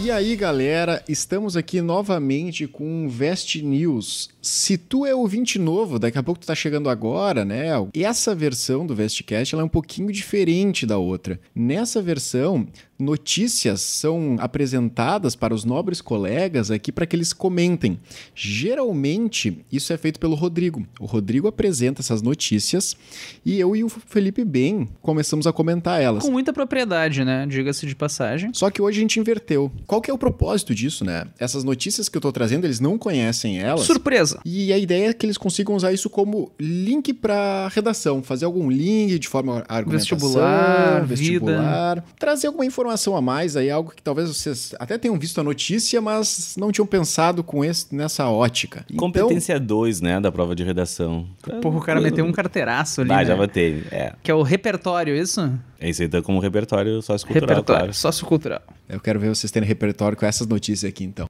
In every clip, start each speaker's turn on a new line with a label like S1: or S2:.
S1: E aí, galera, estamos aqui novamente com um Vest News. Se tu é ouvinte novo, daqui a pouco tu tá chegando agora, né? Essa versão do Vestcast ela é um pouquinho diferente da outra. Nessa versão, notícias são apresentadas para os nobres colegas aqui para que eles comentem. Geralmente, isso é feito pelo Rodrigo. O Rodrigo apresenta essas notícias e eu e o Felipe Bem começamos a comentar elas.
S2: Com muita propriedade, né? Diga-se de passagem.
S1: Só que hoje a gente inverteu. Qual que é o propósito disso, né? Essas notícias que eu tô trazendo, eles não conhecem elas.
S2: Surpresa!
S1: E a ideia é que eles consigam usar isso como link para redação, fazer algum link de forma argumentação,
S2: Vestibular,
S1: vestibular, trazer alguma informação a mais aí, algo que talvez vocês até tenham visto a notícia, mas não tinham pensado com esse nessa ótica. Então,
S3: Competência 2, né, da prova de redação.
S2: Então, Porra, o cara meteu um carteiraço ali.
S3: Ah,
S2: né?
S3: É, já botei. É.
S2: Que é o repertório, isso?
S3: É isso aí, então, como repertório sociocultural,
S2: repertório,
S3: claro.
S2: sociocultural.
S1: Então, eu quero ver vocês terem repertório com essas notícias aqui então.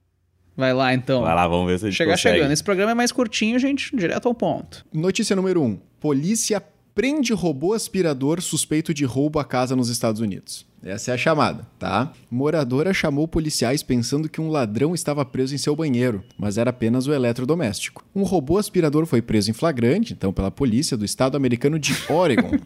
S2: Vai lá, então.
S3: Vai lá, vamos ver se a gente
S2: Chegar
S3: consegue.
S2: chegando. Esse programa é mais curtinho, gente, direto ao ponto.
S1: Notícia número 1: um, Polícia prende robô aspirador suspeito de roubo a casa nos Estados Unidos. Essa é a chamada, tá? Moradora chamou policiais pensando que um ladrão estava preso em seu banheiro, mas era apenas o eletrodoméstico. Um robô aspirador foi preso em flagrante, então, pela polícia do estado americano de Oregon,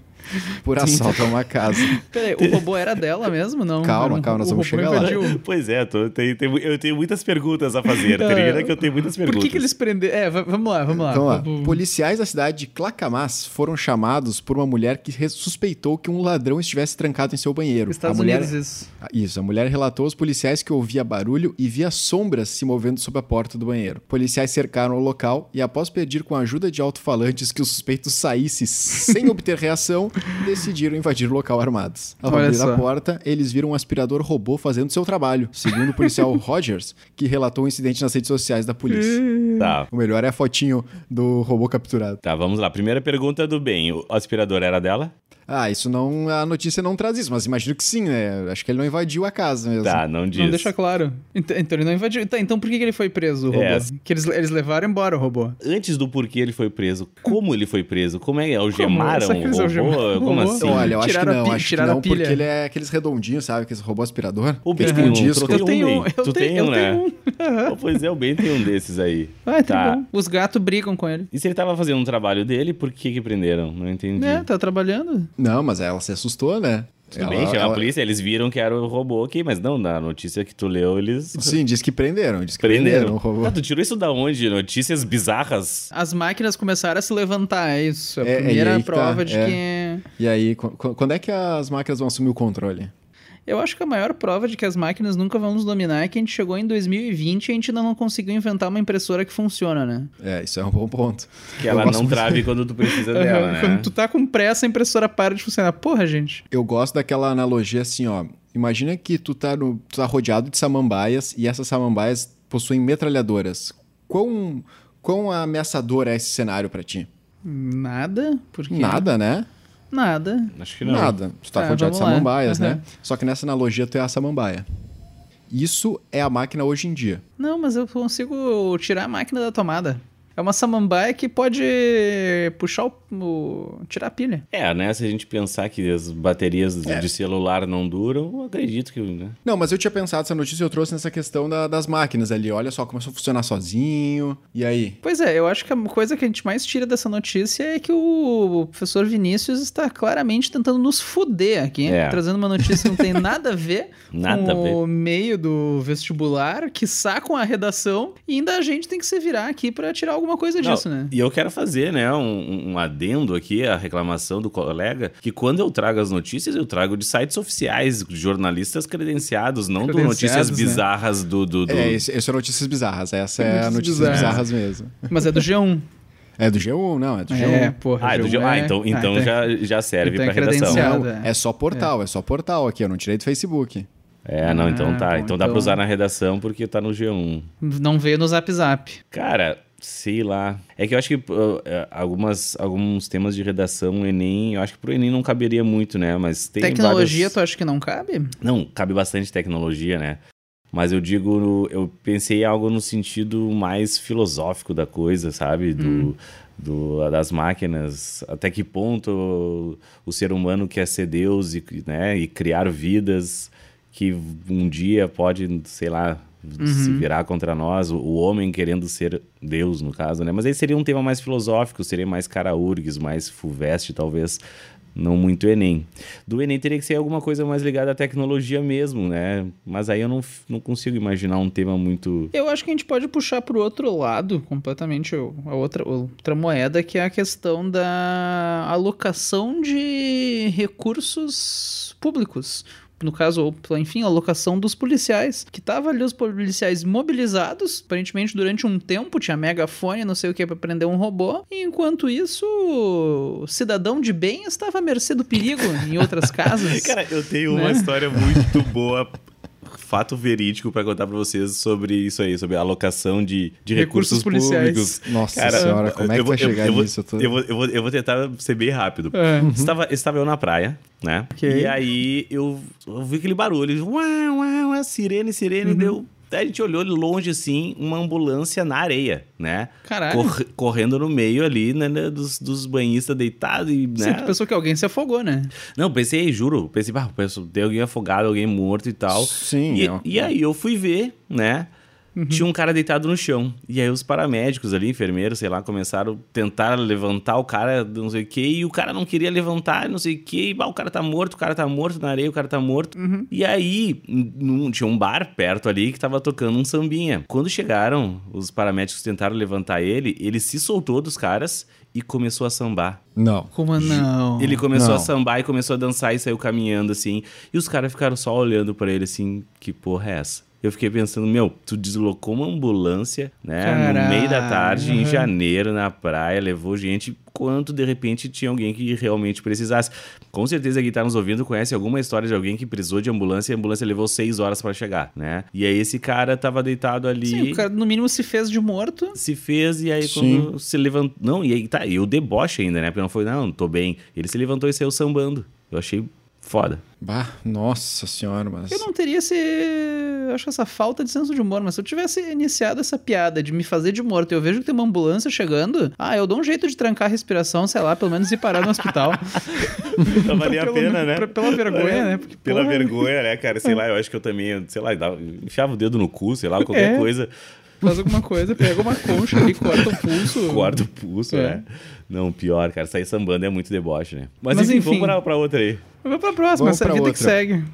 S1: por
S2: Tá
S1: assalto a uma casa.
S2: Peraí, o robô era dela mesmo, não?
S1: Calma,
S2: Era um-
S1: calma, nós
S2: o
S1: vamos
S2: robô
S1: chegar lá.
S2: invadiu.
S3: Pois é, tô- tem- tem- eu tenho muitas perguntas a fazer. Tem hora que eu tenho muitas
S2: É. Por
S3: perguntas.
S2: que, que eles prenderam? É, va- vamos lá, vamos lá.
S1: Então, ó,
S2: Vamos-
S1: policiais da cidade de Clacamás foram chamados por uma mulher que res- suspeitou que um ladrão estivesse trancado em seu banheiro.
S2: Estados
S1: a mulher...
S2: Unidos, isso.
S1: Ah, Isso, a mulher relatou aos policiais que ouvia barulho e via sombras se movendo sob a porta do banheiro. Policiais cercaram o local e, após pedir com a ajuda de alto-falantes que o suspeito saísse sem obter reação, decidiram invadir o local armados. Ao
S2: Olha
S1: abrir
S2: só.
S1: a porta, eles viram um aspirador robô fazendo seu trabalho, segundo o policial Rogers, que relatou o incidente nas redes sociais da polícia.
S3: Tá,
S1: O melhor é a fotinho do robô capturado.
S3: tá, vamos lá. Primeira pergunta do bem. O aspirador era dela?
S1: Ah, isso não. A notícia não traz isso, mas imagino que sim, né? Acho que ele não invadiu a casa mesmo.
S3: Tá, não diz.
S2: Não deixa claro. Então, então ele não invadiu. Tá, então por que, que ele foi preso, o robô?
S3: É.
S2: Que eles, eles levaram embora o robô.
S3: Antes do porquê ele foi preso, como ele foi preso? Como é? Algemaram
S2: Será que
S3: o
S2: eles
S3: robô?
S2: algemaram o
S3: Como
S2: robô?
S3: assim?
S1: Olha, eu acho que
S2: Tiraram a
S1: não,
S2: pilha-
S1: acho que
S2: tiraram a
S1: não, porque
S2: pilha.
S1: ele é aqueles redondinhos, sabe? Aqueles robô aspirador.
S3: O
S1: que é
S3: Ben
S1: tipo
S3: tem
S1: um
S3: um,
S1: disco.
S3: trocou- Eu tenho um, hein?
S2: eu
S3: Tu
S2: tenho,
S3: tem
S2: eu
S3: um, né?
S2: tenho um.
S3: Oh, pois é, o Ben tem um desses aí.
S2: Ah, tá.
S3: Tá.
S2: bom. Os gatos brigam com ele.
S3: E se ele tava fazendo um trabalho dele, por que que prenderam? Não entendi.
S2: É, tá trabalhando.
S1: Não, mas ela se assustou, né?
S3: Tudo
S1: Ela-
S3: bem, chama
S1: ela-
S3: a polícia, eles viram que era o robô aqui, mas não, na notícia que tu leu, eles
S1: Sim, diz que prenderam, diz que prenderam,
S3: prenderam.
S1: o um robô.
S3: Ah, tu tirou isso da onde? Notícias bizarras?
S2: As máquinas começaram a se levantar, é isso. A
S1: É, é, e
S2: primeira
S1: aí que tá,
S2: prova de
S1: é.
S2: que.
S1: E aí, qu- qu- quando é que as máquinas vão assumir o controle?
S2: Eu acho que a maior prova de que as máquinas nunca vão nos dominar é que a gente chegou em 2020 e a gente ainda não conseguiu inventar uma impressora que funciona, né?
S1: É, isso é um bom ponto.
S3: Que
S1: Eu
S3: ela
S1: gosto
S3: não
S1: muito-
S3: trave quando tu precisa dela, né?
S2: Quando tu tá com pressa, a impressora para de funcionar. Porra, gente.
S1: Eu gosto daquela analogia assim, ó. Imagina que tu tá, no, tu tá rodeado de samambaias e essas samambaias possuem metralhadoras. Quão, quão ameaçador é esse cenário pra ti?
S2: Nada? Por quê?
S1: Nada, né?
S2: Nada.
S3: Acho que não.
S1: Nada. Tu tá
S2: Tá,
S1: rodeado de
S2: vamos lá.
S1: samambaias,
S2: Aham.
S1: né? Só que nessa analogia tu é a samambaia. Isso é a máquina hoje em dia.
S2: Não, mas eu consigo tirar a máquina da tomada. É uma samambaia que pode puxar o. o- tirar a pilha.
S3: É, né? Se a gente pensar que as baterias
S1: É.
S3: de celular não duram, eu acredito que. Né?
S1: Não, mas eu tinha pensado essa notícia, eu trouxe nessa questão da- das máquinas ali. Olha só, começou a funcionar sozinho. E aí?
S2: Pois é, eu acho que a coisa que a gente mais tira dessa notícia é que o professor Vinícius está claramente tentando nos fuder aqui,
S3: É.
S2: trazendo uma notícia que não tem nada a ver
S3: Nada a
S2: com
S1: Hum.
S3: ver.
S2: o meio do vestibular, que com a redação, e ainda a gente tem que se virar aqui pra tirar alguma coisa
S3: Não,
S2: disso, né?
S3: E eu quero fazer, né, um, um adendo aqui à reclamação do colega, que quando eu trago as notícias, eu trago de sites oficiais, de jornalistas credenciados, não de
S2: Credenciados,
S3: notícias
S2: né?
S3: bizarras do. do, do-
S1: É, esse, esse é notícias bizarras. Essa é a
S2: Notícias
S1: notícias
S2: bizarras.
S1: bizarras mesmo.
S2: Mas é do G1.
S1: É do G1, não, é do
S2: É,
S1: G1.
S2: porra.
S3: Ah, é do Geo- ah, então, então
S2: então-
S3: já, já serve
S2: então é
S3: pra redação.
S2: credenciado.
S1: Não, é só portal, é. só portal aqui, eu não tirei do Facebook.
S3: É, não, então
S2: Ah,
S3: tá.
S2: bom,
S3: então dá pra
S2: então-
S3: usar na redação porque tá no G1.
S2: Não veio no Zap Zap.
S3: Cara, sei lá. É que eu acho que pô, é, algumas, alguns temas de redação, o Enem, eu acho que pro Enem não caberia muito, né? Mas tem
S2: Tecnologia,
S3: várias-
S2: tu acha que não cabe?
S3: Não, cabe bastante tecnologia, né? Mas eu digo, no- eu pensei em algo no sentido mais filosófico da coisa, sabe? Do, do- das máquinas. Até que ponto o, o ser humano quer ser Deus e, né, e criar vidas que um dia pode, sei lá, se virar contra nós, o- o homem querendo ser Deus, no caso, né? Mas aí seria um tema mais filosófico, seria mais Karaurgues, mais Fulvestre, talvez, não muito Enem. Do Enem teria que ser alguma coisa mais ligada à tecnologia mesmo, né? Mas aí eu não, f- não consigo imaginar um tema muito...
S2: Eu acho que a gente pode puxar pro outro lado completamente o- a outra, outra moeda, que é a questão da alocação de recursos públicos. No caso, ou, pela- enfim, a alocação dos policiais. Que tava ali os policiais mobilizados, aparentemente durante um tempo, tinha megafone, não sei o que, pra prender um robô. E enquanto isso, o cidadão de bem estava à mercê do perigo em outras casas.
S3: eu tenho
S2: uma Né?
S3: história muito boa... Fato verídico para contar para vocês sobre isso aí, sobre a alocação de,
S2: Recursos recursos policiais. públicos.
S1: Nossa
S3: Cara,
S1: senhora, como é que
S3: eu vou-
S1: vai
S3: eu-
S1: chegar
S3: eu vou-
S1: nisso? Eu tô-
S3: Eu vou, eu, vou, eu vou tentar ser bem rápido.
S2: É.
S1: Uhum.
S3: Estava, estava eu na praia, né?
S2: Ok.
S3: E aí eu ouvi aquele barulho, ué, ué, ué, sirene, sirene,
S1: Uhum.
S3: deu. Daí a gente olhou longe assim, uma ambulância na areia, né?
S2: Caralho.
S3: Cor- correndo no meio ali, né, né, dos, dos banhistas deitados e,
S2: Sim, tipo
S3: né?
S2: tu pensou que alguém se afogou, né?
S3: Não, pensei, juro, pensei, bah, penso, tem alguém afogado, alguém morto e tal.
S1: Sim,
S3: E,
S1: é uma-
S3: e aí eu fui ver, né? Tinha um cara deitado no chão. E aí os paramédicos ali, enfermeiros, sei lá, começaram a tentar levantar o cara, não sei o quê, e o cara não queria levantar, não sei o quê, e bah, o cara tá morto, o cara tá morto na areia, o cara tá morto. E aí n- num- tinha um bar perto ali que tava tocando um sambinha. Quando chegaram, os paramédicos tentaram levantar ele, ele se soltou dos caras e começou a sambar.
S1: Não.
S2: Como não?
S3: Ele começou
S1: Não.
S3: a sambar e começou a dançar e saiu caminhando assim. E os caras ficaram só olhando pra ele assim, que porra é essa? Eu fiquei pensando, meu, tu deslocou uma ambulância, né,
S2: Caralho.
S3: no meio da tarde em
S2: Uhum.
S3: janeiro na praia, levou gente, quanto de repente tinha alguém que realmente precisasse. Com certeza quem tá nos ouvindo conhece alguma história de alguém que precisou de ambulância e a ambulância levou seis horas pra chegar, né? E aí esse cara tava deitado ali
S2: Sim, o cara no mínimo se fez de morto.
S3: se fez e aí
S1: Sim.
S3: quando se levantou. Não, e aí tá, e o deboche ainda, né? Porque não foi, não, tô bem. Ele se levantou e saiu sambando. Eu achei foda.
S1: Bah, nossa senhora, mas.
S2: Eu não teria esse. Acho que essa falta de senso de humor, mas se eu tivesse iniciado essa piada de me fazer de morto e eu vejo que tem uma ambulância chegando, ah, eu dou um jeito de trancar a respiração, sei lá, pelo menos ir parar no hospital.
S3: Não Então, valia né?
S2: Pelo- pra- pela vergonha, né? Porque,
S3: É, pela
S2: porra. É.
S3: vergonha, né, cara? Sei lá, eu acho que eu também, sei lá, dava- enfiava o dedo no cu, sei lá, qualquer
S2: É.
S3: coisa.
S2: Faz alguma coisa, pega uma concha ali, corta o pulso.
S3: Corta o pulso,
S2: É.
S3: né? Não, pior, cara. Sair sambando é muito deboche, né? Mas,
S2: Mas
S3: enfim,
S2: enfim.
S3: vamos pra, pra outra aí.
S2: Vamos pra próxima,
S1: Vamos
S2: essa é a
S1: pra
S2: vida que
S1: outra.
S2: segue.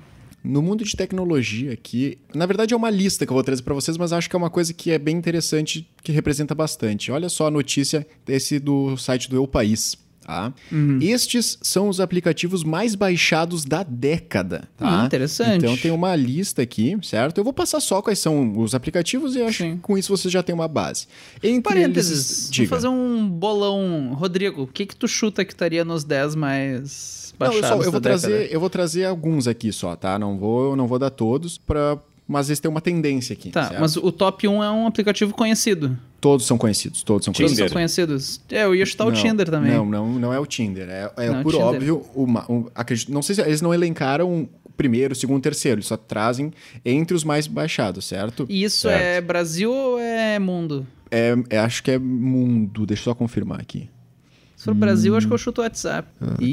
S1: No mundo de tecnologia aqui, na verdade é uma lista que eu vou trazer para vocês, mas acho que é uma coisa que é bem interessante, que representa bastante. Olha só a notícia desse do site do Eu País. Tá?
S2: Uhum.
S1: Estes são os aplicativos mais baixados da década. Tá?
S2: Hum, interessante.
S1: Então tem uma lista aqui, certo? Eu vou passar só quais são os aplicativos e acho
S2: Sim.
S1: que com isso você já tem uma base. Entre eles,
S2: Parênteses, vamos
S1: diga.
S2: fazer um bolão. Rodrigo, o que que tu chuta que estaria nos 10 mais
S1: Não, eu,
S2: baixados
S1: só- eu vou
S2: da década?
S1: trazer, eu vou trazer alguns aqui só, tá? Não vou, não vou dar todos para, mas eles têm uma tendência aqui.
S2: Tá,
S1: certo?
S2: mas o top 1 é um aplicativo conhecido.
S1: Todos são conhecidos, todos são
S2: Todos
S1: conhecidos.
S2: são
S3: Tinder.
S2: conhecidos. É, eu ia chutar o
S1: Não,
S2: Tinder também.
S1: Não, não, não é o Tinder. É, é
S2: Não,
S1: por
S2: Tinder.
S1: óbvio, uma, um- acredito, não sei se eles não elencaram o primeiro, o segundo, o terceiro. Eles só trazem entre os mais baixados, certo?
S2: E isso
S3: Certo.
S2: é Brasil ou é mundo?
S1: É, é- acho que é mundo. Deixa eu só confirmar aqui.
S2: Se
S1: Hum.
S2: for Brasil, acho que eu chuto o WhatsApp.
S1: Ah,
S2: Ih,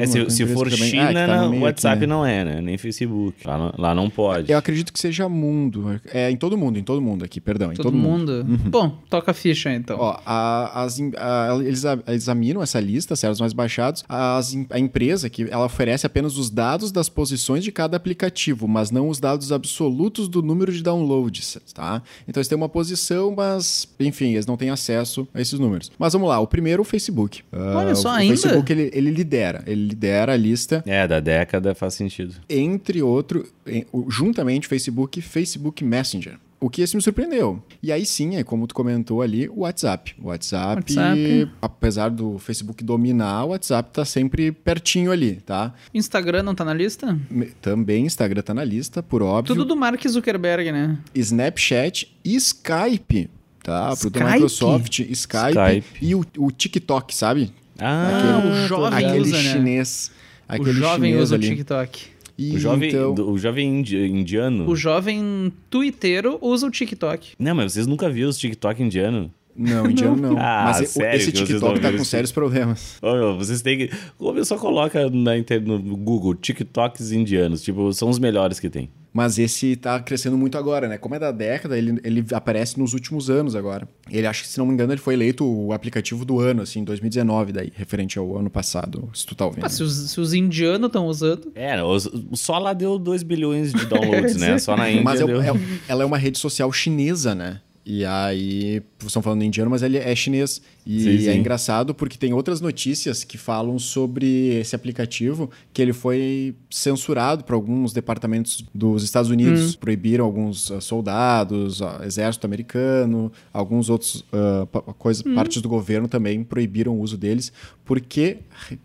S3: É, se, se for
S2: Ah,
S3: China,
S2: tá
S1: o
S3: não, WhatsApp não é, né? Nem Facebook. Lá não, lá não pode.
S1: Eu acredito que seja mundo. É em todo mundo, em todo mundo aqui, perdão. em
S2: todo,
S1: todo mundo. Uhum.
S2: mundo. Bom, toca a ficha então.
S1: Ó, a- as em- a- eles a- examinam essa lista, certo? Os mais baixados. As em- a empresa que ela oferece apenas os dados das posições de cada aplicativo, mas não os dados absolutos do número de downloads, tá? Então eles têm uma posição, mas, enfim, eles não têm acesso a esses números. Mas vamos lá, o primeiro, é o Facebook. Ah,
S2: Olha só,
S1: o,
S2: ainda?
S1: O Facebook, ele, ele lidera. Ele lidera a lista,
S3: É, da década faz sentido.
S1: entre outro, em- o- juntamente Facebook e Facebook Messenger. O que esse me surpreendeu. E aí sim, é como tu comentou ali, o WhatsApp. O WhatsApp,
S2: WhatsApp.
S1: apesar do Facebook dominar, o WhatsApp tá sempre pertinho ali, tá?
S2: Instagram não tá na lista?
S1: Me- Também Instagram tá na lista, por óbvio.
S2: Tudo do Mark Zuckerberg, né?
S1: Snapchat e Skype, tá? Pro da
S2: Skype?
S1: Microsoft, Skype,
S3: Skype.
S1: e o, o TikTok, sabe?
S3: Ah,
S2: Aquele- o
S3: tô
S2: jovem
S3: ligado.
S1: Aquele
S2: usa, né?
S1: chinês. Aquele
S2: o jovem
S1: chinês
S2: usa
S1: ali.
S2: o TikTok.
S1: E
S3: O jovem,
S1: então-
S3: do- o jovem indi- indiano.
S2: O jovem twitteiro usa o TikTok.
S3: Não, mas vocês nunca viram os TikTok indiano?
S1: Não, indiano não.
S3: Ah,
S1: Mas e-
S3: sério
S1: esse
S3: que vocês
S1: TikTok
S3: não
S1: tá
S3: viram
S1: com
S3: isso?
S1: sérios problemas.
S3: Ô, meu, vocês têm que. Ou meu, só coloca na inter- no Google TikToks indianos. Tipo, são os melhores que tem.
S1: Mas esse tá crescendo muito agora, né? Como é da década, ele, ele aparece nos últimos anos agora. Ele acho que, se não me engano, ele foi eleito o aplicativo do ano, assim, 2019, daí, referente ao ano passado, se tu tá ouvindo.
S2: Ah, se, os, se os indianos estão usando.
S3: É, os- só lá deu 2 bilhões de downloads, né? Só na Índia
S1: Mas é-
S3: deu.
S1: é- ela é uma rede social chinesa, né? E aí, estão falando indiano, mas ele é chinês. E
S3: Sim, sim.
S1: é engraçado porque tem outras notícias que falam sobre esse aplicativo que ele foi censurado por alguns departamentos dos Estados Unidos. Proibiram alguns ah, soldados, ah, exército americano, alguns outros ah, pa- coisa, partes do governo também proibiram o uso deles porque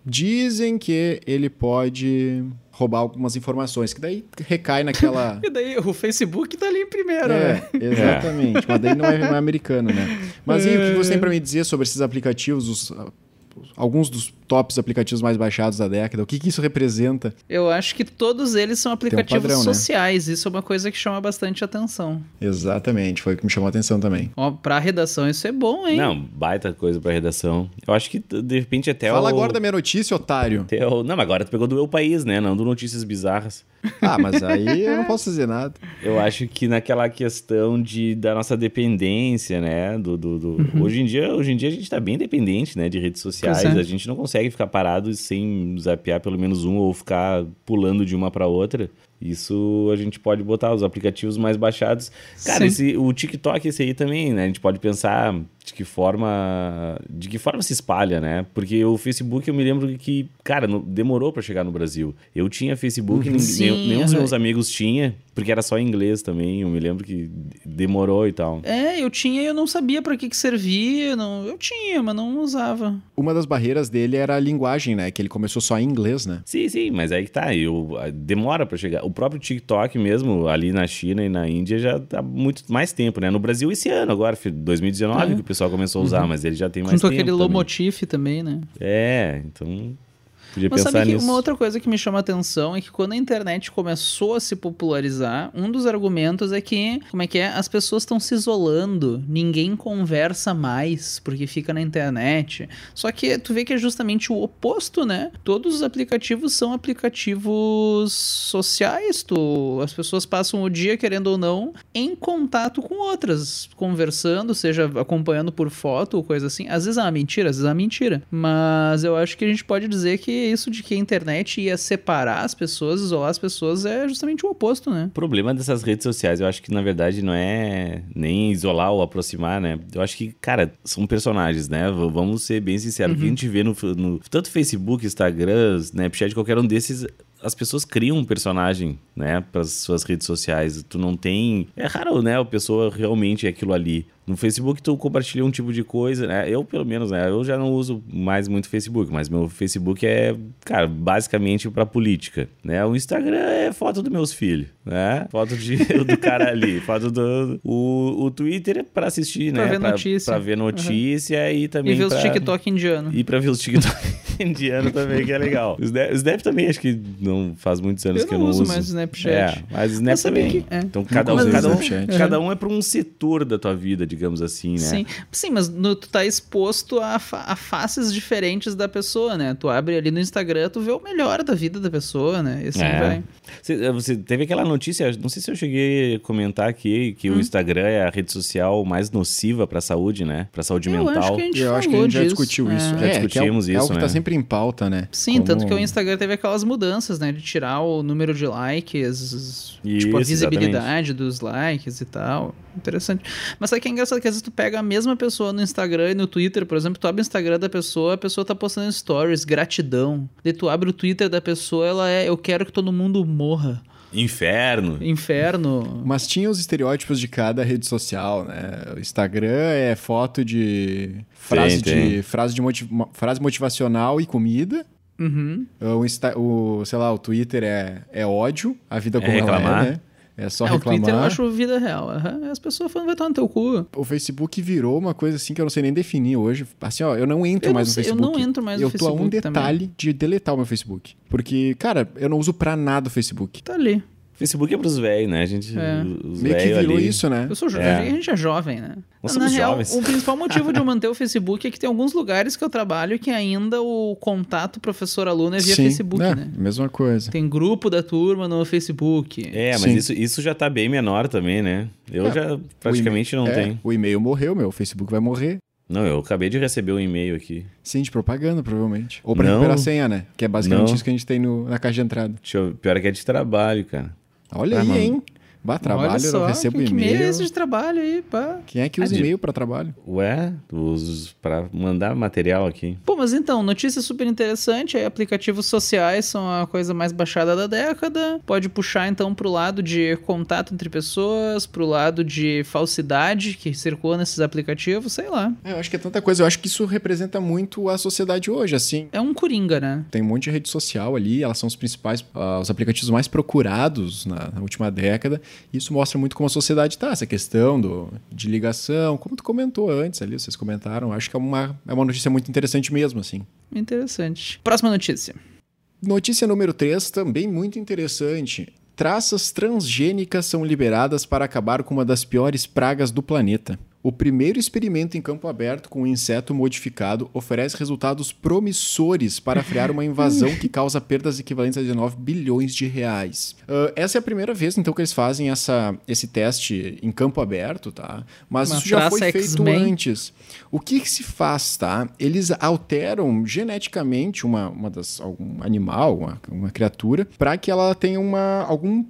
S1: dizem que ele pode roubar algumas informações, que daí recai naquela
S2: E daí o Facebook tá ali em primeiro, né?
S1: é, exatamente. Mas daí não é, não é americano, né? Mas e aí, o que
S2: É.
S1: você tem pra me dizer sobre esses aplicativos, os, ah, os- alguns dos tops aplicativos mais baixados da década? O que, que isso representa?
S2: Eu acho que todos eles são aplicativos
S1: padrão, né?
S2: sociais. Isso é uma coisa que chama bastante atenção.
S1: Exatamente, foi o que me chamou a atenção também.
S2: Ó, pra redação, isso é bom, hein?
S3: Não, baita coisa pra redação. Eu acho que, de repente, até
S1: Fala
S3: o.
S1: agora da minha notícia, otário.
S3: até o- Não, mas agora tu pegou do meu país, né? Não do Notícias Bizarras.
S1: Ah, mas aí eu não posso dizer nada.
S3: Eu acho que naquela questão de, da nossa dependência, né? Do, do, do- Hoje, em dia, hoje em dia a gente tá bem dependente, né? De redes sociais.
S2: Pois é.
S3: A gente não consegue ficar parado sem zapear pelo menos um ou ficar pulando de uma para outra. Isso a gente pode botar os aplicativos mais baixados. Cara,
S2: Sim.
S3: esse, o TikTok, esse aí também, né? A gente pode pensar de que forma. De que forma se espalha, né? Porque o Facebook, eu me lembro que, cara, não- demorou pra chegar no Brasil. Eu tinha Facebook,
S2: Uhum. Sim,
S3: ninguém- nenhum, nenhum dos
S2: aham.
S3: meus amigos tinha, porque era só em inglês também. Eu me lembro que d- demorou e tal.
S2: É, eu tinha e eu não sabia pra que que servia. Não... Eu tinha, mas não usava.
S1: Uma das barreiras dele era a linguagem, né? Que ele começou só em inglês, né?
S3: Sim, sim, mas aí que tá. Eu, a- demora pra chegar. O próprio TikTok mesmo, ali na China e na Índia, já tá muito mais tempo, né? No Brasil, esse ano agora, fi- 2019,
S2: É.
S3: que o pessoal começou a usar, mas ele já tem mais
S2: Junto
S3: tempo.
S2: Uhum. aquele
S3: também.
S2: Lomotif também, né?
S3: É, então. Podia
S2: Mas
S3: pensar
S2: sabe que
S3: nisso.
S2: uma outra coisa que me chama a atenção é que quando a internet começou a se popularizar, um dos argumentos é que, como é que é? As pessoas estão se isolando, ninguém conversa mais porque fica na internet. Só que tu vê que é justamente o oposto, né? Todos os aplicativos são aplicativos sociais, tu, as pessoas passam o dia querendo ou não em contato com outras, conversando, seja acompanhando por foto ou coisa assim. Às vezes é uma mentira, às vezes é uma mentira. Mas eu acho que a gente pode dizer que isso de que a internet ia separar as pessoas, isolar as pessoas, é justamente o oposto, né?
S3: O problema dessas redes sociais, eu acho que na verdade não é nem isolar ou aproximar, né? Eu acho que, cara, são personagens, né? V- Vamos ser bem sinceros. O
S2: Uhum.
S3: que a gente vê no, f- no- tanto Facebook, Instagram, Snapchat, qualquer um desses, as pessoas criam um personagem, né? Para suas redes sociais. Tu não tem. É raro, né? A pessoa realmente é aquilo ali. No Facebook tu compartilha um tipo de coisa, né? Eu, pelo menos, né? Eu já não uso mais muito Facebook, mas meu Facebook é, cara, basicamente pra política, né? O Instagram é foto dos meus filhos, né? Foto de, do cara ali, foto do... O, o Twitter é pra assistir,
S2: Pra
S3: né?
S2: ver notícia.
S3: Pra ver notícia e também
S2: E ver os
S3: pra-
S2: TikTok indiano.
S3: E pra ver os TikTok indiano também, que é legal. Os Snap, o Snap também acho que não faz muitos anos
S2: Eu
S3: que
S2: não
S3: eu não
S2: uso
S3: uso.
S2: mais o Snapchat.
S3: É, mas o Snap
S2: Mas sabia
S3: também.
S2: que- é.
S3: Então cada um,
S1: Nunca usei
S3: cada, um,
S1: Snapchat.
S3: cada um é pra um setor da tua vida, digamos assim, né?
S2: Sim, sim mas no- tu tá exposto a, fa- a faces diferentes da pessoa, né? Tu abre ali no Instagram, tu vê o melhor da vida da pessoa, né? E assim
S3: É.
S2: vai.
S3: Você, você teve aquela notícia, não sei se eu cheguei a comentar aqui,
S2: Hum.
S3: que o Instagram é a rede social mais nociva pra saúde, né? Pra saúde
S2: Eu
S3: mental.
S2: acho que é a gente
S1: Eu
S2: falou
S1: acho que a gente já
S2: disso.
S1: discutiu
S2: É.
S1: isso.
S3: Já
S1: é, que é,
S3: discutimos
S1: o- é algo
S3: isso,
S1: que tá
S3: né?
S1: sempre em pauta, né?
S2: Sim,
S1: Como-
S2: tanto que o Instagram teve aquelas mudanças, né? De tirar o número de likes, tipo, a
S3: Isso,
S2: visibilidade dos likes e tal. Interessante. Mas sabe que é engraçado que às vezes tu pega a mesma pessoa no Instagram e no Twitter, por exemplo, tu abre o Instagram da pessoa, a pessoa tá postando stories, gratidão. Daí tu abre o Twitter da pessoa, ela é eu quero que todo mundo morra.
S3: Inferno.
S2: Inferno.
S1: Mas tinha os estereótipos de cada rede social, né? O Instagram é foto de frase
S3: Tem,
S1: de frase de motiv- mo- frase motivacional e comida.
S2: Uhum.
S1: O, Insta- o- sei lá, o Twitter é, é ódio, a vida
S3: É
S1: como ela é,
S3: reclamar.
S1: né? É só
S2: é,
S1: reclamar.
S2: O Twitter eu acho vida real. aham. As pessoas falando vai estar no teu cu.
S1: O Facebook virou uma coisa assim que eu não sei nem definir hoje. Assim, ó, eu não entro
S2: Eu
S1: mais
S2: não
S1: no
S2: sei, eu
S1: Facebook.
S2: não entro mais no
S1: eu Eu tô a um
S2: Facebook também.
S1: detalhe de deletar o meu Facebook. Porque, cara, eu não uso pra nada o Facebook.
S2: Tá ali.
S3: Facebook é pros velhos, né? A gente.
S2: É.
S3: Os
S1: Meio que
S3: velhos
S1: virou
S3: ali.
S1: isso, né?
S2: Eu sou jo-
S3: É.
S2: A gente é jovem, né?
S3: Nós
S2: Na
S3: somos
S2: real,
S3: jovens.
S2: o principal motivo de eu manter o Facebook é que tem alguns lugares que eu trabalho que ainda o contato professor-aluno é via
S1: Sim,
S2: Facebook,
S1: é,
S2: né?
S1: Mesma coisa.
S2: Tem grupo da turma no Facebook.
S3: É, mas
S1: Sim.
S3: isso, isso já tá bem menor também, né? Eu
S1: É,
S3: já praticamente não
S1: É,
S3: tenho.
S1: O e-mail morreu, meu. O Facebook vai morrer.
S3: Não, eu acabei de receber um e-mail aqui.
S1: Sim, de propaganda, provavelmente. Ou pra
S3: Não.
S1: recuperar a senha, né? Que é basicamente
S3: Não.
S1: isso que a gente tem no- na caixa de entrada.
S3: Deixa eu- Pior que é de trabalho, cara.
S1: Olha
S3: Ah,
S1: aí,
S3: mano.
S1: hein? Bah, trabalho,
S2: Olha só,
S1: eu recebo
S2: que, que
S1: e-mail.
S2: é esse de trabalho aí, pá.
S1: Quem é que usa
S3: Ah, de-
S1: e-mail pra trabalho?
S3: Ué, os, pra mandar material aqui.
S2: Pô, mas então, notícia super interessante, aí aplicativos sociais são a coisa mais baixada da década. Pode puxar então pro lado de contato entre pessoas, pro lado de falsidade que circula nesses aplicativos, sei lá.
S1: É, eu acho que é tanta coisa. Eu acho que isso representa muito a sociedade hoje, assim.
S2: É um coringa, né?
S1: Tem um monte de rede social ali, elas são os principais, ah, os aplicativos mais procurados na, na última década. E isso mostra muito como a sociedade está, essa questão do, de ligação, como tu comentou antes ali, vocês comentaram. Acho que é uma, é uma notícia muito interessante mesmo, assim.
S2: Interessante. Próxima notícia.
S1: Notícia número 3, também muito interessante. Traças transgênicas são liberadas para acabar com uma das piores pragas do planeta. O primeiro experimento em campo aberto com um inseto modificado oferece resultados promissores para frear uma invasão que causa perdas equivalentes a 19 bilhões de reais. Ah, essa é a primeira vez, então, que eles fazem essa, esse teste em campo aberto, tá? Mas
S2: Uma
S1: isso já
S2: traça
S1: foi feito
S2: X-Men.
S1: antes. O que, que se faz, tá? Eles alteram geneticamente uma, uma das, algum animal, uma, uma criatura, para que ela tenha uma, alguma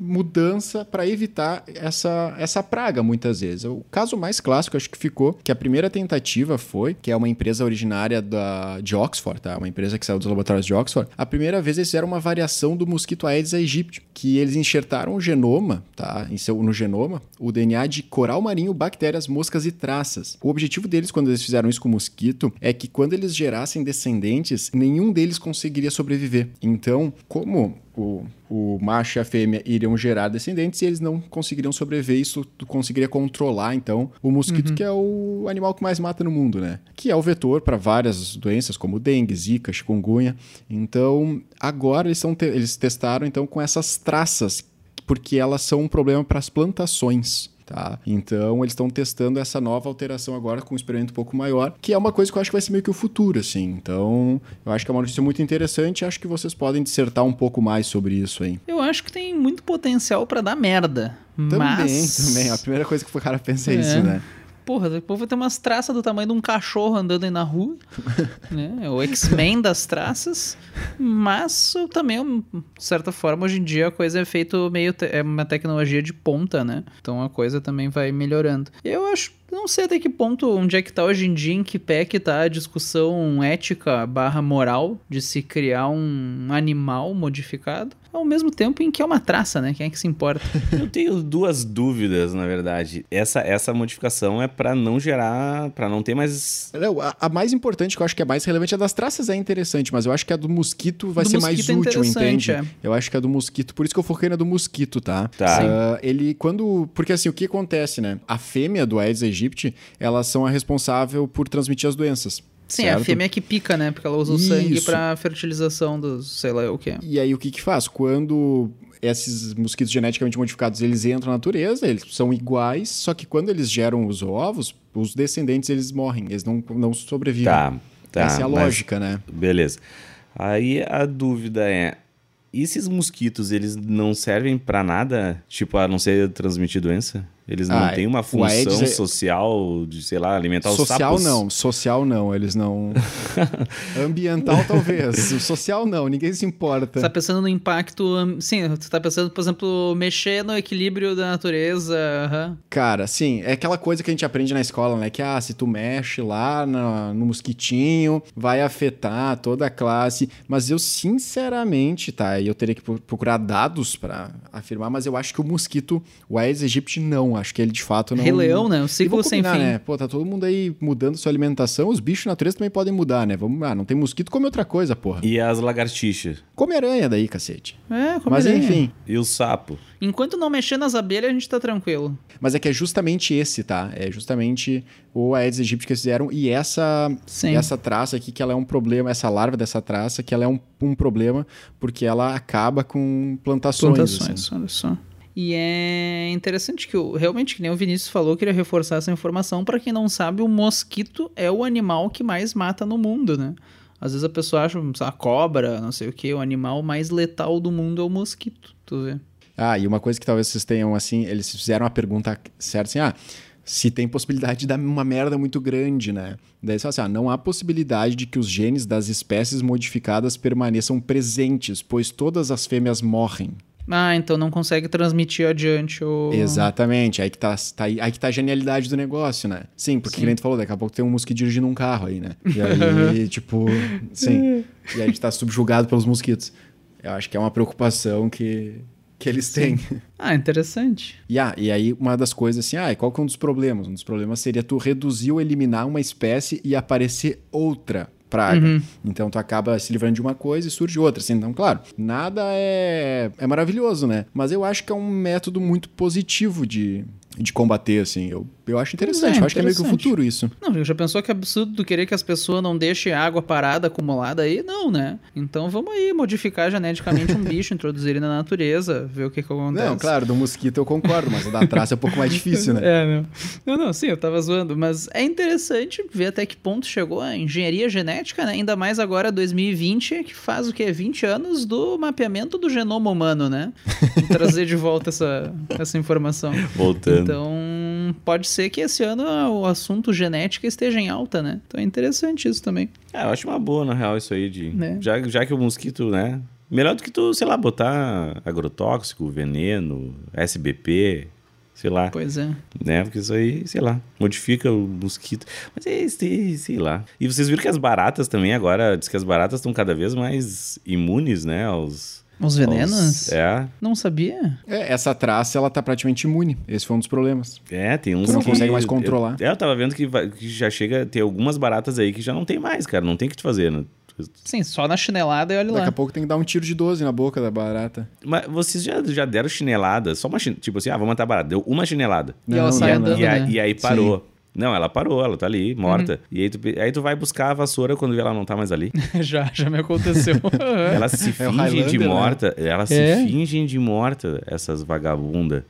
S1: mudança para evitar essa, essa praga, muitas vezes. O caso mais clássico, acho que ficou, que a primeira tentativa foi, que é uma empresa originária da, de Oxford, tá? Uma empresa que saiu dos laboratórios de Oxford. A primeira vez eles fizeram uma variação do mosquito Aedes aegypti, que eles enxertaram o genoma, tá? Em seu, no genoma, o DNA de coral marinho, bactérias, moscas e traças. O objetivo deles, quando eles fizeram isso com o mosquito, é que quando eles gerassem descendentes, nenhum deles conseguiria sobreviver. Então, como o, o macho e a fêmea iriam gerar descendentes e eles não conseguiriam sobreviver, isso tu conseguiria controlar, então, o mosquito, que é o animal que mais mata no mundo, né? Que é o vetor para várias doenças, como dengue, zika, chikungunya. Então, agora eles, são te- eles testaram, então, com essas traças porque elas são um problema para as plantações. Tá? Então eles estão testando essa nova alteração agora com um experimento um pouco maior, que é uma coisa que eu acho que vai ser meio que o futuro, assim. Então, eu acho que é uma notícia muito interessante, e acho que vocês podem dissertar um pouco mais sobre isso aí.
S2: Eu acho que tem muito potencial pra dar merda.
S1: Também,
S2: mas...
S1: também. A primeira coisa que o cara pensa é,
S2: É.
S1: isso, né?
S2: Porra, depois vai ter umas traças do tamanho de um cachorro andando aí na rua. né? É o X-Men das traças. Mas eu também, um, de certa forma, hoje em dia a coisa é feito meio. te- É uma tecnologia de ponta, né? Então a coisa também vai melhorando. Eu acho. Não sei até que ponto, onde é que tá hoje em dia, em que pé que tá a discussão ética barra moral de se criar um animal modificado, ao mesmo tempo em que é uma traça, né? Quem é que se importa?
S3: Eu tenho duas dúvidas, na verdade. Essa, essa modificação é pra não gerar, pra não ter mais.
S1: Não, a, a mais importante, que eu acho que é mais relevante, a das traças é interessante, mas eu acho que a do mosquito vai
S2: Do
S1: ser
S2: mosquito é
S1: mais útil, entende?
S2: interessante, é.
S1: Eu acho que a do mosquito, por isso que eu foquei na do mosquito, tá?
S3: Tá.
S2: Sim.
S1: Ah, ele, quando. Porque assim, o que acontece, né? A fêmea do Aedes aegypti, elas são a responsável por transmitir as doenças.
S2: Sim, é a
S1: certo?
S2: fêmea que pica, né? Porque ela usa o sangue
S1: Isso. Tá.
S2: pra fertilização dos, sei lá o que.
S1: E aí o que que faz? Quando esses mosquitos geneticamente modificados eles entram na natureza, eles são iguais, só que quando eles geram os ovos, os descendentes eles morrem, eles não, não sobrevivem.
S3: Tá, tá.
S1: Essa é a
S3: mas-
S1: lógica, né?
S3: Beleza. Aí a dúvida é: e esses mosquitos, eles não servem pra nada? Tipo, a não ser transmitir doença? Eles não
S1: Ah,
S3: têm uma
S1: o Aedes
S3: função
S1: é-
S3: social de, sei lá, alimentar tá os
S1: social
S3: sapos?
S1: não, social não, eles não. Ambiental talvez, social não, ninguém se importa.
S2: Você tá pensando no impacto. hum, Sim, você tá pensando, por exemplo, mexer no equilíbrio da natureza. aham.
S1: Cara, sim, é aquela coisa que a gente aprende na escola, né? Que ah, se tu mexe lá na- no mosquitinho, vai afetar toda a classe. Mas eu, sinceramente, tá? E eu teria que pro- procurar dados pra afirmar, mas eu acho que o mosquito, o Aedes aegypti, não acho que ele de fato não.
S2: Rei Leão, né? O
S1: E
S2: ciclo
S1: vamos
S2: sem
S1: combinar,
S2: fim.
S1: né? Pô, tá todo mundo aí mudando sua alimentação. Os bichos na natureza também podem mudar, né? Vamos lá, não tem mosquito, come outra coisa, porra.
S3: E as lagartixas.
S1: Come aranha daí, cacete.
S2: É, como
S1: né? Mas
S2: ele é.
S1: enfim.
S3: E o sapo.
S2: Enquanto não mexer nas abelhas, a gente tá tranquilo.
S1: Mas é que é justamente esse, tá? É justamente o Aedes aegypti que eles fizeram e essa
S2: Sim.
S1: essa traça aqui que ela é um problema, essa larva dessa traça que ela é um, um problema porque ela acaba com plantações. assim.
S2: plantações, olha só. E é interessante que o- realmente, que nem o Vinícius falou, eu queria reforçar essa informação. Pra quem não sabe, o mosquito é o animal que mais mata no mundo, né? Às vezes a pessoa acha, sei lá, cobra, não sei o que, o animal mais letal do mundo é o mosquito, tu vê.
S1: Ah, e uma coisa que talvez vocês tenham assim, eles fizeram a pergunta certa assim, ah, se tem possibilidade de dar uma merda muito grande, né? Daí você fala assim, ah, não há possibilidade de que os genes das espécies modificadas permaneçam presentes, pois todas as fêmeas morrem.
S2: Ah, então não consegue transmitir adiante o...
S1: Exatamente, aí que tá, tá aí, aí que tá a genialidade do negócio, né? Sim, porque
S2: Sim.
S1: o cliente falou, daqui a pouco tem um mosquito dirigindo um carro aí, né? E aí, tipo, sim. E aí a gente tá subjugado pelos mosquitos. Eu acho que é uma preocupação que, que eles têm.
S2: Ah, interessante.
S1: E, ah, e aí uma das coisas assim, ah, e qual que é um dos problemas? Um dos problemas seria tu reduzir ou eliminar uma espécie e aparecer outra praga.
S2: Uhum.
S1: Então tu acaba se livrando de uma coisa e surge outra. Assim, então, claro, nada é, é maravilhoso, né? Mas eu acho que é um método muito positivo de, de combater, assim. Eu, eu acho interessante,
S2: é,
S1: eu acho que é meio que o
S2: interessante.
S1: futuro isso.
S2: Não, já pensou que é absurdo tu querer que as pessoas não deixem água parada, acumulada aí? Não, né? Então vamos aí modificar geneticamente um bicho, introduzir ele na natureza, ver o que que acontece.
S1: Não, claro, do mosquito eu concordo, mas o da traça é um pouco mais difícil, né?
S2: É, não. Não, não, sim, eu tava zoando, mas é interessante ver até que ponto chegou a engenharia genética, né? Ainda mais agora 2020, que faz o quê? 20 anos do mapeamento do genoma humano, né? E trazer de volta essa, essa informação.
S3: Voltando.
S2: Então, pode ser que esse ano o assunto genética esteja em alta, né? Então é interessante isso também.
S3: É, eu acho uma boa, na real, isso aí de.
S2: Né?
S3: Já, já que o mosquito, né? Melhor do que tu, sei lá, botar agrotóxico, veneno, SBP, sei lá,
S2: Pois é.
S3: né? Porque isso aí, sei lá, modifica o mosquito. Mas é, sei, sei lá. E vocês viram que as baratas também agora, diz que as baratas estão cada vez mais imunes, né? Aos.
S2: Os venenos?
S3: aos- é,
S2: Não sabia?
S1: É, essa traça, ela tá praticamente imune. Esse foi um dos problemas.
S3: é, tem uns
S1: Tu não
S3: que-
S1: consegue mais controlar.
S3: Eu, é, eu tava vendo que, vai- que já chega, tem algumas baratas aí que já não tem mais, cara, não tem o que te fazer, né?
S2: Sim, só na chinelada e olha
S1: Daqui a
S2: lá.
S1: pouco tem que dar um tiro de 12 na boca da barata.
S3: Mas vocês já, já deram chinelada, só uma chin- tipo assim, ah, vamos matar barata. Deu uma chinelada.
S2: E ela sai andando,
S3: E, a-
S2: né?
S3: e aí parou. Não, ela parou, ela tá ali, morta.
S1: Uhum.
S3: E aí tu, pe- aí tu vai buscar a vassoura quando vê ela não tá mais ali.
S2: já, já me aconteceu.
S3: Ela se
S1: É o
S3: fingem de
S1: Highlander, né?
S3: morta. Elas
S2: É.
S3: se fingem de morta, essas vagabundas.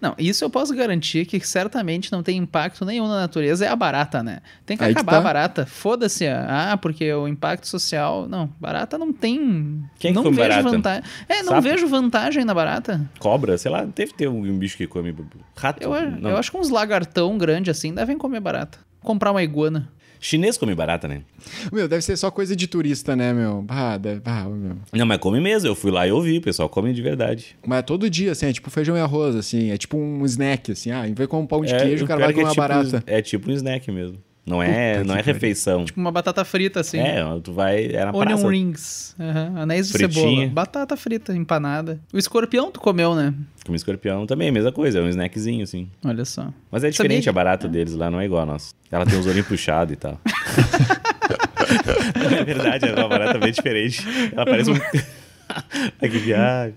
S2: Não, isso eu posso garantir que certamente não tem impacto nenhum na natureza, é a barata, né? Tem que
S1: Aí que
S2: acabar
S1: tá.
S2: a barata. Foda-se. a- Ah, porque o impacto social. Não, barata não tem.
S3: Quem que
S2: não
S3: come
S2: vejo
S3: barata?
S2: vantagem. É, não
S3: Sapo?
S2: vejo vantagem na barata.
S3: Cobra, sei lá, deve ter um bicho que come rato.
S2: Eu, a-
S3: não.
S2: eu acho que uns lagartão grande assim devem comer barata. Comprar uma iguana.
S3: Chinês come barata, né?
S1: Meu, deve ser só coisa de turista, né, meu? Ah, deve... ah, meu.
S3: Não, mas come mesmo. Eu fui lá e eu vi, o pessoal come de verdade.
S1: Mas é todo dia, assim, é tipo feijão e arroz, assim, é tipo um snack, assim, ah, em vez de comer um pão de
S3: É,
S1: queijo,
S3: o
S1: o cara
S3: pior
S1: vai
S3: que
S1: comer
S3: é
S1: uma
S3: tipo,
S1: barata.
S3: É tipo um snack mesmo. Não é,
S1: Puta que
S3: não é
S1: pariu. Tipo
S3: refeição.
S2: Uma batata frita, assim.
S3: É, tu vai. Era na
S2: Onion
S3: praça.
S2: rings. Aham, Anéis de
S3: Fritinha.
S2: cebola. Batata frita, empanada. O escorpião tu comeu, né?
S3: Comi escorpião também, mesma coisa, é um snackzinho, assim.
S2: Olha só.
S3: Mas
S2: Sabia
S3: é diferente
S2: que-
S3: a barata deles lá, não é igual a nossa. Ela tem os olhinhos puxados e tal. é verdade, é uma barata bem diferente. Ela parece um. Ai, que viagem.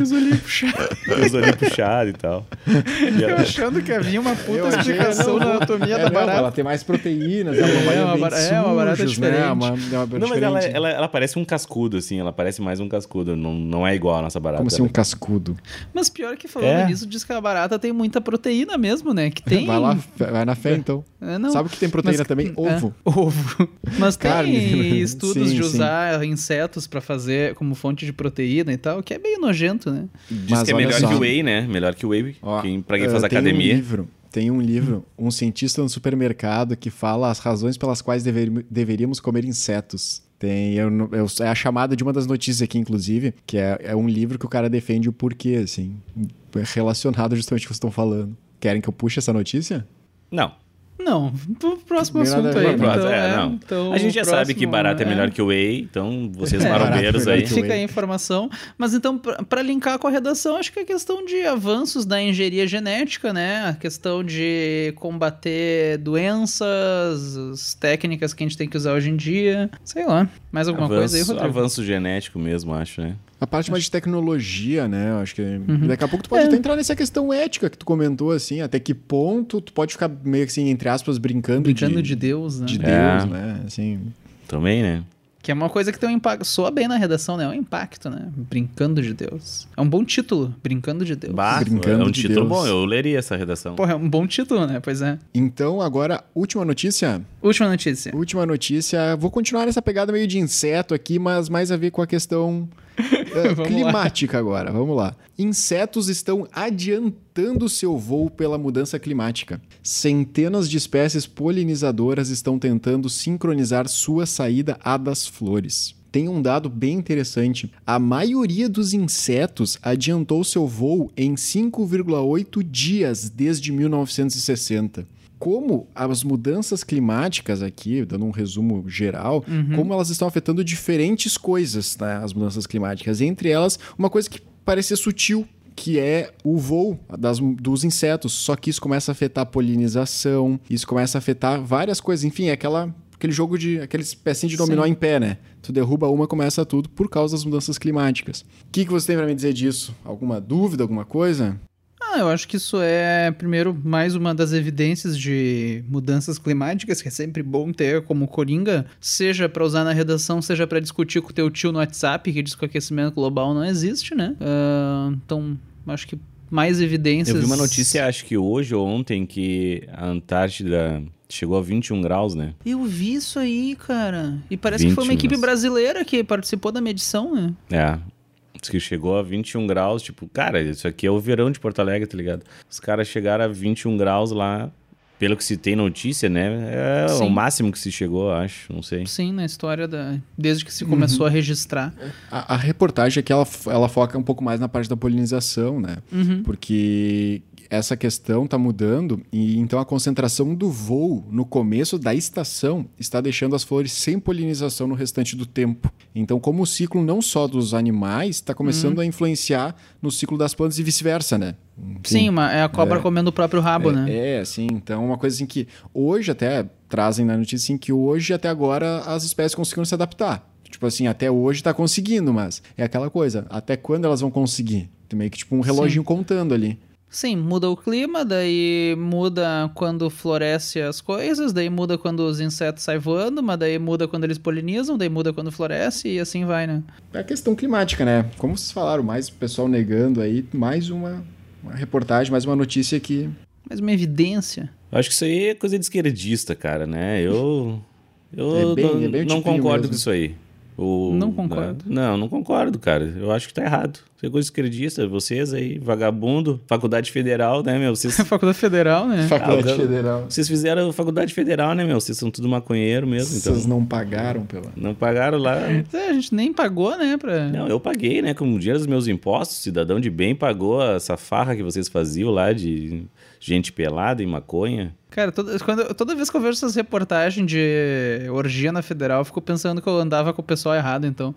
S2: Os olhinhos puxados.
S3: Tem os olhinhos puxados e tal. E
S2: Eu
S3: ela-
S2: achando que havia uma puta
S1: Eu achei,
S2: explicação
S1: não,
S2: na anatomia
S1: É,
S2: da
S1: não, ela
S2: barata.
S1: tem mais proteínas, ela não vai
S2: É, uma
S1: bem
S2: bara-
S1: sujos,
S2: é, uma barata
S1: né?
S2: diferente.
S1: Uma, é uma barata
S3: Não, mas ela,
S1: diferente.
S3: ela, ela parece um cascudo, assim. Ela parece mais um cascudo. Não, não é igual a nossa barata.
S1: Como assim, um cascudo.
S2: Mas pior que falando
S3: É.
S2: nisso, diz que a barata tem muita proteína mesmo, né? Que tem.
S1: Vai lá, vai na fé, então.
S2: É, não.
S1: Sabe o que tem proteína
S2: Mas-
S1: também? Ovo.
S2: É, ovo. Mas tem
S1: Carne. né?
S2: estudos
S1: Sim,
S2: de
S1: sim.
S2: usar insetos pra fazer como fonte de proteína e tal, que é meio nojento, né?
S3: Diz
S1: Mas
S3: que é
S1: olha
S3: melhor
S1: só.
S3: que o Whey, né? Melhor que o Whey.
S1: Ó,
S3: quem, pra quem
S1: eh,
S3: faz
S1: tem Um
S3: academia.
S1: livro, tem um livro, um cientista no supermercado que fala as razões pelas quais dever- deveríamos comer insetos. Tem, eu não- eu- é a chamada de uma das notícias aqui, inclusive, que é, é um livro que o cara defende o porquê, assim, relacionado justamente ao que vocês estão falando. Querem que eu puxe essa notícia?
S3: Não.
S2: não. Pro próximo
S1: Nada
S2: assunto
S1: a ver, né?
S2: aí. Então,
S3: Pronto, é,
S2: é,
S3: não.
S2: então,
S3: A gente já
S2: o próximo,
S3: sabe que barato é, melhor que o whey, então vocês
S2: É,
S1: barato
S3: marombeiros
S1: né? é
S3: aí.
S1: melhor que
S2: Fica aí a informação. Mas então, pra pra linkar com a redação, acho que a questão de avanços da engenharia genética, né? A questão de combater doenças, as técnicas que a gente tem que usar hoje em dia. Sei lá. Mais alguma coisa aí,
S3: Avanço,
S2: Rodrigo?
S3: avanço genético mesmo, acho, né?
S1: A parte mais de tecnologia, né? Eu acho que daqui a pouco tu pode
S2: É.
S1: até entrar nessa questão ética que tu comentou, assim, até que ponto tu pode ficar meio que assim, entre aspas, brincando,
S2: Brincando
S1: de,
S2: de Deus, né?
S1: de
S3: É.
S1: Deus, né? Assim,
S3: Também, né?
S2: Que é uma coisa que tem um impacto. Soa bem na redação, né? É um impacto, né? Brincando de Deus. É um bom título, Brincando de Deus.
S3: Bah,
S1: Brincando
S3: é um
S1: de
S3: título
S1: Deus.
S3: bom, eu leria essa redação.
S2: Porra, é um bom título, né? Pois é.
S1: Então, agora, última notícia.
S2: Última notícia.
S1: Última notícia. Vou continuar nessa pegada meio de inseto aqui, mas mais a ver com a questão eh,
S2: Vamos lá.
S1: climática agora. Vamos lá. Insetos estão adiantando seu voo pela mudança climática. Centenas de espécies polinizadoras estão tentando sincronizar sua saída à das flores. Tem um dado bem interessante. A maioria dos insetos adiantou seu voo em 5,8 dias desde 1960 como as mudanças climáticas aqui, dando um resumo geral, como elas estão afetando diferentes coisas, né, as mudanças climáticas. Entre elas, uma coisa que parecia sutil, que é o voo das- dos insetos. Só que isso começa a afetar a polinização, isso começa a afetar várias coisas. Enfim, é aquela, aquele jogo de... aqueles pecinhos de dominó em pé, né? Tu derruba uma, começa tudo por causa das mudanças climáticas. O que, que você tem pra me dizer disso? Alguma dúvida, alguma coisa?
S2: Ah, eu acho que isso é, primeiro, mais uma das evidências de mudanças climáticas, que é sempre bom ter como coringa, seja pra usar na redação, seja pra discutir com o teu tio no WhatsApp, que diz que o aquecimento global não existe, né? Ah, então, acho que mais evidências.
S3: Eu vi uma notícia, acho que hoje ou ontem, que a Antártida chegou a 21 graus, né?
S2: Eu vi isso aí, cara. E parece que foi uma
S3: 20
S2: equipe
S3: minutos.
S2: brasileira que participou da medição, né?
S3: É. Diz que chegou a 21 graus, tipo, cara, isso aqui é o verão de Porto Alegre, tá ligado? Os caras chegaram a 21 graus lá, pelo que se tem notícia, né? É
S2: Sim.
S3: o máximo que se chegou, acho, não sei.
S2: Sim, na história da. Desde que se começou
S3: Uhum.
S2: a registrar.
S1: A, a reportagem aqui, ela, fo- ela foca um pouco mais na parte da polinização, né?
S2: Uhum.
S1: porque essa questão está mudando e então a concentração do voo no começo da estação está deixando as flores sem polinização no restante do tempo. Então, como o ciclo não só dos animais está começando a influenciar no ciclo das plantas e vice-versa, né?
S2: Sim, uma, é a cobra comendo o próprio rabo, né?
S1: É, sim. Então, uma coisa assim que hoje até trazem na notícia assim, que hoje até agora as espécies conseguiram se adaptar. Tipo assim, até hoje tá conseguindo, mas é aquela coisa, até quando elas vão conseguir? Tem meio que tipo um reloginho contando ali.
S2: Sim, muda o clima, daí muda quando floresce as coisas, daí muda quando os insetos saem voando, mas daí muda quando eles polinizam, daí muda quando floresce e assim vai, né?
S1: É a questão climática, né? Como vocês falaram, mais o pessoal negando aí, mais uma, uma reportagem, mais uma notícia que.
S2: Mais uma evidência.
S3: Eu acho que isso aí é coisa de esquerdista, cara, né? Eu. Eu
S1: É bem-
S3: não,
S1: é bem o
S3: não
S1: tipinho
S3: concordo
S1: mesmo.
S3: com isso aí. O-
S2: Não concordo.
S3: né? Não, não concordo, cara. Eu acho que tá errado. Isso é coisa de esquerdista, vocês aí, vagabundo, faculdade federal, né, meu? Vocês,
S2: Faculdade Federal, né?
S3: Faculdade
S1: Federal.
S3: vocês fizeram faculdade federal, né, meu? Vocês são tudo maconheiro mesmo, então.
S1: Vocês não pagaram pela.
S3: Não pagaram lá.
S2: É, a gente nem pagou, né? Pra...
S3: Não, eu paguei, né? Com o dinheiro dos meus impostos, cidadão de bem pagou essa farra que vocês faziam lá de gente pelada e maconha.
S2: Cara, toda, quando- toda vez que eu vejo essas reportagens de orgia na Federal, eu fico pensando que eu andava com o pessoal errado, então.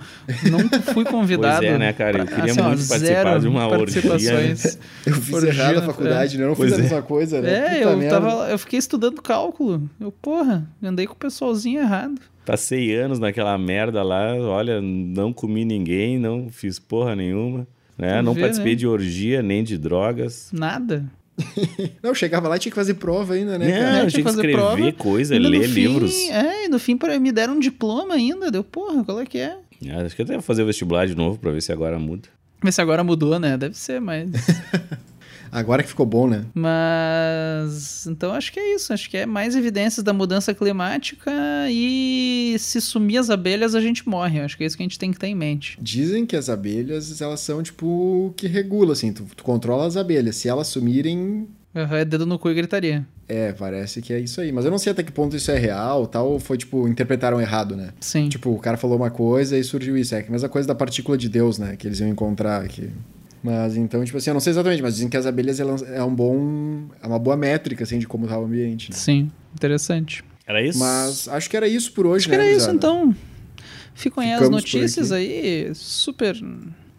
S2: Não fui convidado.
S3: Pois é, né, cara? Eu
S2: pra- assim,
S3: queria
S2: ó,
S3: muito participar
S2: zero
S3: de uma orgia, né?
S2: participações.
S1: Eu fiz
S2: Orgia
S1: errado a
S2: na
S1: faculdade, né? Eu não
S3: Pois
S1: fiz a
S3: é.
S1: mesma coisa, né?
S2: É,
S1: Puta
S2: eu,
S1: merda.
S2: tava, lá- eu fiquei estudando cálculo. Eu, porra, andei com o pessoalzinho errado.
S3: Passei anos naquela merda lá, olha, não comi ninguém, não fiz porra nenhuma, né?
S2: Tu
S3: não
S2: vê,
S3: participei
S2: né?
S3: de orgia, nem de drogas.
S2: Nada.
S1: Não, eu chegava lá e tinha que fazer prova
S2: É,
S1: ainda, né?
S3: Não,
S1: cara?
S2: Tinha
S3: eu
S2: que
S3: tinha que
S2: fazer
S3: escrever
S2: prova,
S3: coisa,
S2: Ainda no
S3: ler
S2: fim-
S3: livros.
S2: É, e no fim pra- me deram um diploma ainda. Deu, porra, qual é que é?
S3: Ah, Acho que eu até vou fazer o vestibular de novo pra ver se agora muda.
S2: Mas se agora mudou, né? Deve ser, mas.
S1: Agora que ficou bom, né?
S2: mas. Então acho que é isso. Acho que é mais evidências da mudança climática e se sumir as abelhas, a gente morre. Acho que é isso que a gente tem que ter em mente.
S1: Dizem que as abelhas, elas são tipo o que regula, assim. Tu, tu controla as abelhas. Se elas sumirem,
S2: Aham, É dedo no cu e gritaria.
S1: é, parece que é isso aí. Mas eu não sei até que ponto isso é real tal, ou foi tipo, interpretaram errado, né?
S2: Sim.
S1: Tipo, o cara falou uma coisa e surgiu isso. É a mesma coisa da partícula de Deus, né? Que eles iam encontrar aqui. Mas então, tipo assim, eu não sei exatamente, mas dizem que as abelhas elas, é um bom. É uma boa métrica, assim, de como tá o ambiente. né?
S2: Sim. Interessante.
S3: Era isso?
S1: Mas acho que era isso por hoje,
S2: Acho que
S1: né?
S2: era isso,
S1: gurizada?
S2: então. Ficam aí as
S1: Ficamos por
S2: notícias aí, super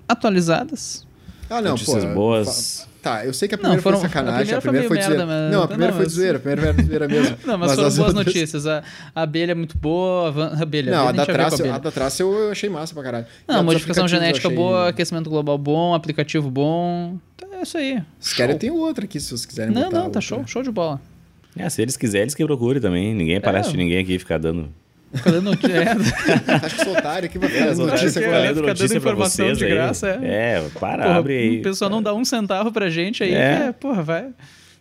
S2: atualizadas.
S1: Ah, não,
S3: Notícias
S1: pô,
S3: boas.
S1: fa- Tá, eu sei que a
S2: Não,
S1: primeira
S2: foram-
S1: foi sacanagem,
S2: a
S1: a
S2: primeira
S1: primeira,
S2: foi
S1: foi
S2: meio
S1: zoeira.
S2: merda, mas-
S1: Não, a primeira
S2: não,
S1: foi
S2: mas-
S1: zoeira, a primeira era zoeira mesmo.
S2: Não, mas,
S1: as
S2: foram boas
S1: outras-
S2: notícias. A, a abelha é muito boa, a van- a abelha.
S1: Não,
S2: a
S1: a da,
S2: abelha nem tinha a ver com
S1: traça,
S2: abelha.
S1: a da traça eu achei massa pra caralho.
S2: Não,
S1: Dados
S2: modificação
S1: aplicativos eu
S2: genética
S1: achei-
S2: boa, aquecimento global bom, aplicativo bom. Tá, É isso aí.
S1: Se querem, tem outra aqui, se vocês quiserem
S2: Não,
S1: botar
S2: não, tá
S1: outra.
S2: show, show de bola.
S3: É, se eles quiserem, eles que procurem também. Ninguém aparece
S2: É.
S3: de ninguém aqui ficar dando.
S2: Fica dando é,
S1: Acho que sou otário aqui, vai fazer as
S3: Ficar
S1: notícias
S2: que-
S1: agora.
S2: fica dando informação de graça, é.
S3: é. para,
S2: porra,
S3: abre aí.
S2: O pessoal não dá um centavo pra gente aí.
S3: É.
S2: que é, porra, vai.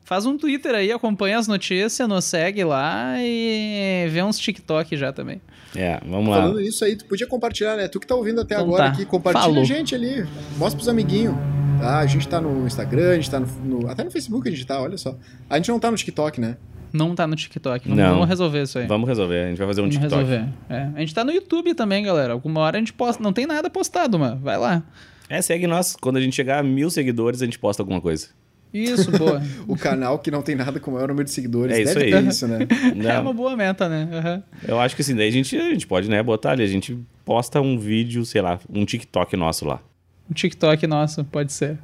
S2: Faz um Twitter aí, acompanha as notícias, nos segue lá e vê uns TikTok já também.
S3: É, vamos lá.
S1: Falando nisso aí, tu podia compartilhar, né? Tu que tá ouvindo até
S2: Então
S1: agora
S2: tá.
S1: aqui, compartilha
S2: Falou.
S1: a gente ali. Mostra pros amiguinhos. Tá, a gente tá no Instagram, a gente tá no, no- Até no Facebook a gente tá, olha só. A gente não tá no TikTok, né?
S2: Não tá no TikTok. Vamos,
S3: Não.
S2: vamos resolver isso aí.
S3: Vamos resolver. A gente vai fazer um
S2: Vamos
S3: TikTok.
S2: resolver. É. A gente tá no YouTube também, galera. Alguma hora a gente posta. Não tem nada postado, mano. Vai lá.
S3: É, segue nós. Quando a gente chegar a mil seguidores, a gente posta alguma coisa.
S2: Isso, boa.
S1: O canal que não tem nada com o maior número de seguidores.
S3: É isso
S1: Deve
S3: aí.
S1: ter isso, né?
S2: É uma
S3: Não,
S2: boa meta, né? Aham.
S3: eu acho que assim, daí a gente, a gente pode, né, botar ali. A gente posta um vídeo, sei lá, um TikTok nosso lá.
S2: Um TikTok nosso, pode ser.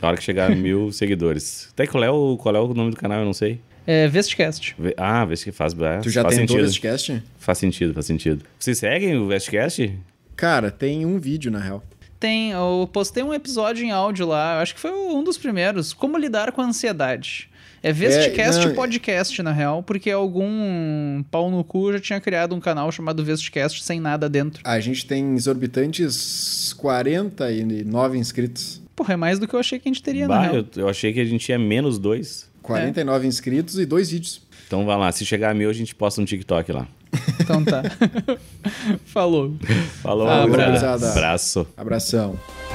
S3: Na hora que chegar a mil seguidores. Até qual é, o, qual é o nome do canal, eu não sei.
S2: É, Vestcast.
S3: Ve- Ah, vê se faz. ah,
S1: Tu já
S3: faz
S1: tentou
S3: sentido.
S1: esse podcast?
S3: Faz sentido, faz sentido. Vocês seguem o Vestcast?
S1: Cara, tem um vídeo, na real.
S2: Tem, eu postei um episódio em áudio lá, eu acho que foi um dos primeiros. Como lidar com a ansiedade. É Vestcast
S1: não, é-
S2: Podcast, na real, porque algum pau no cu já tinha criado um canal chamado Vestcast sem nada dentro.
S1: A gente tem exorbitantes 49 inscritos.
S2: Porra, é mais do que eu achei que a gente teria, na
S3: Bah,
S2: real.
S3: eu, eu achei que a gente ia menos dois.
S1: 49 inscritos e dois vídeos.
S3: Então vai lá, se chegar a mil, a gente posta um TikTok lá.
S2: Então tá. Falou.
S3: Falou,
S2: Abraço.
S3: gurizada. Abraço.
S1: Abração.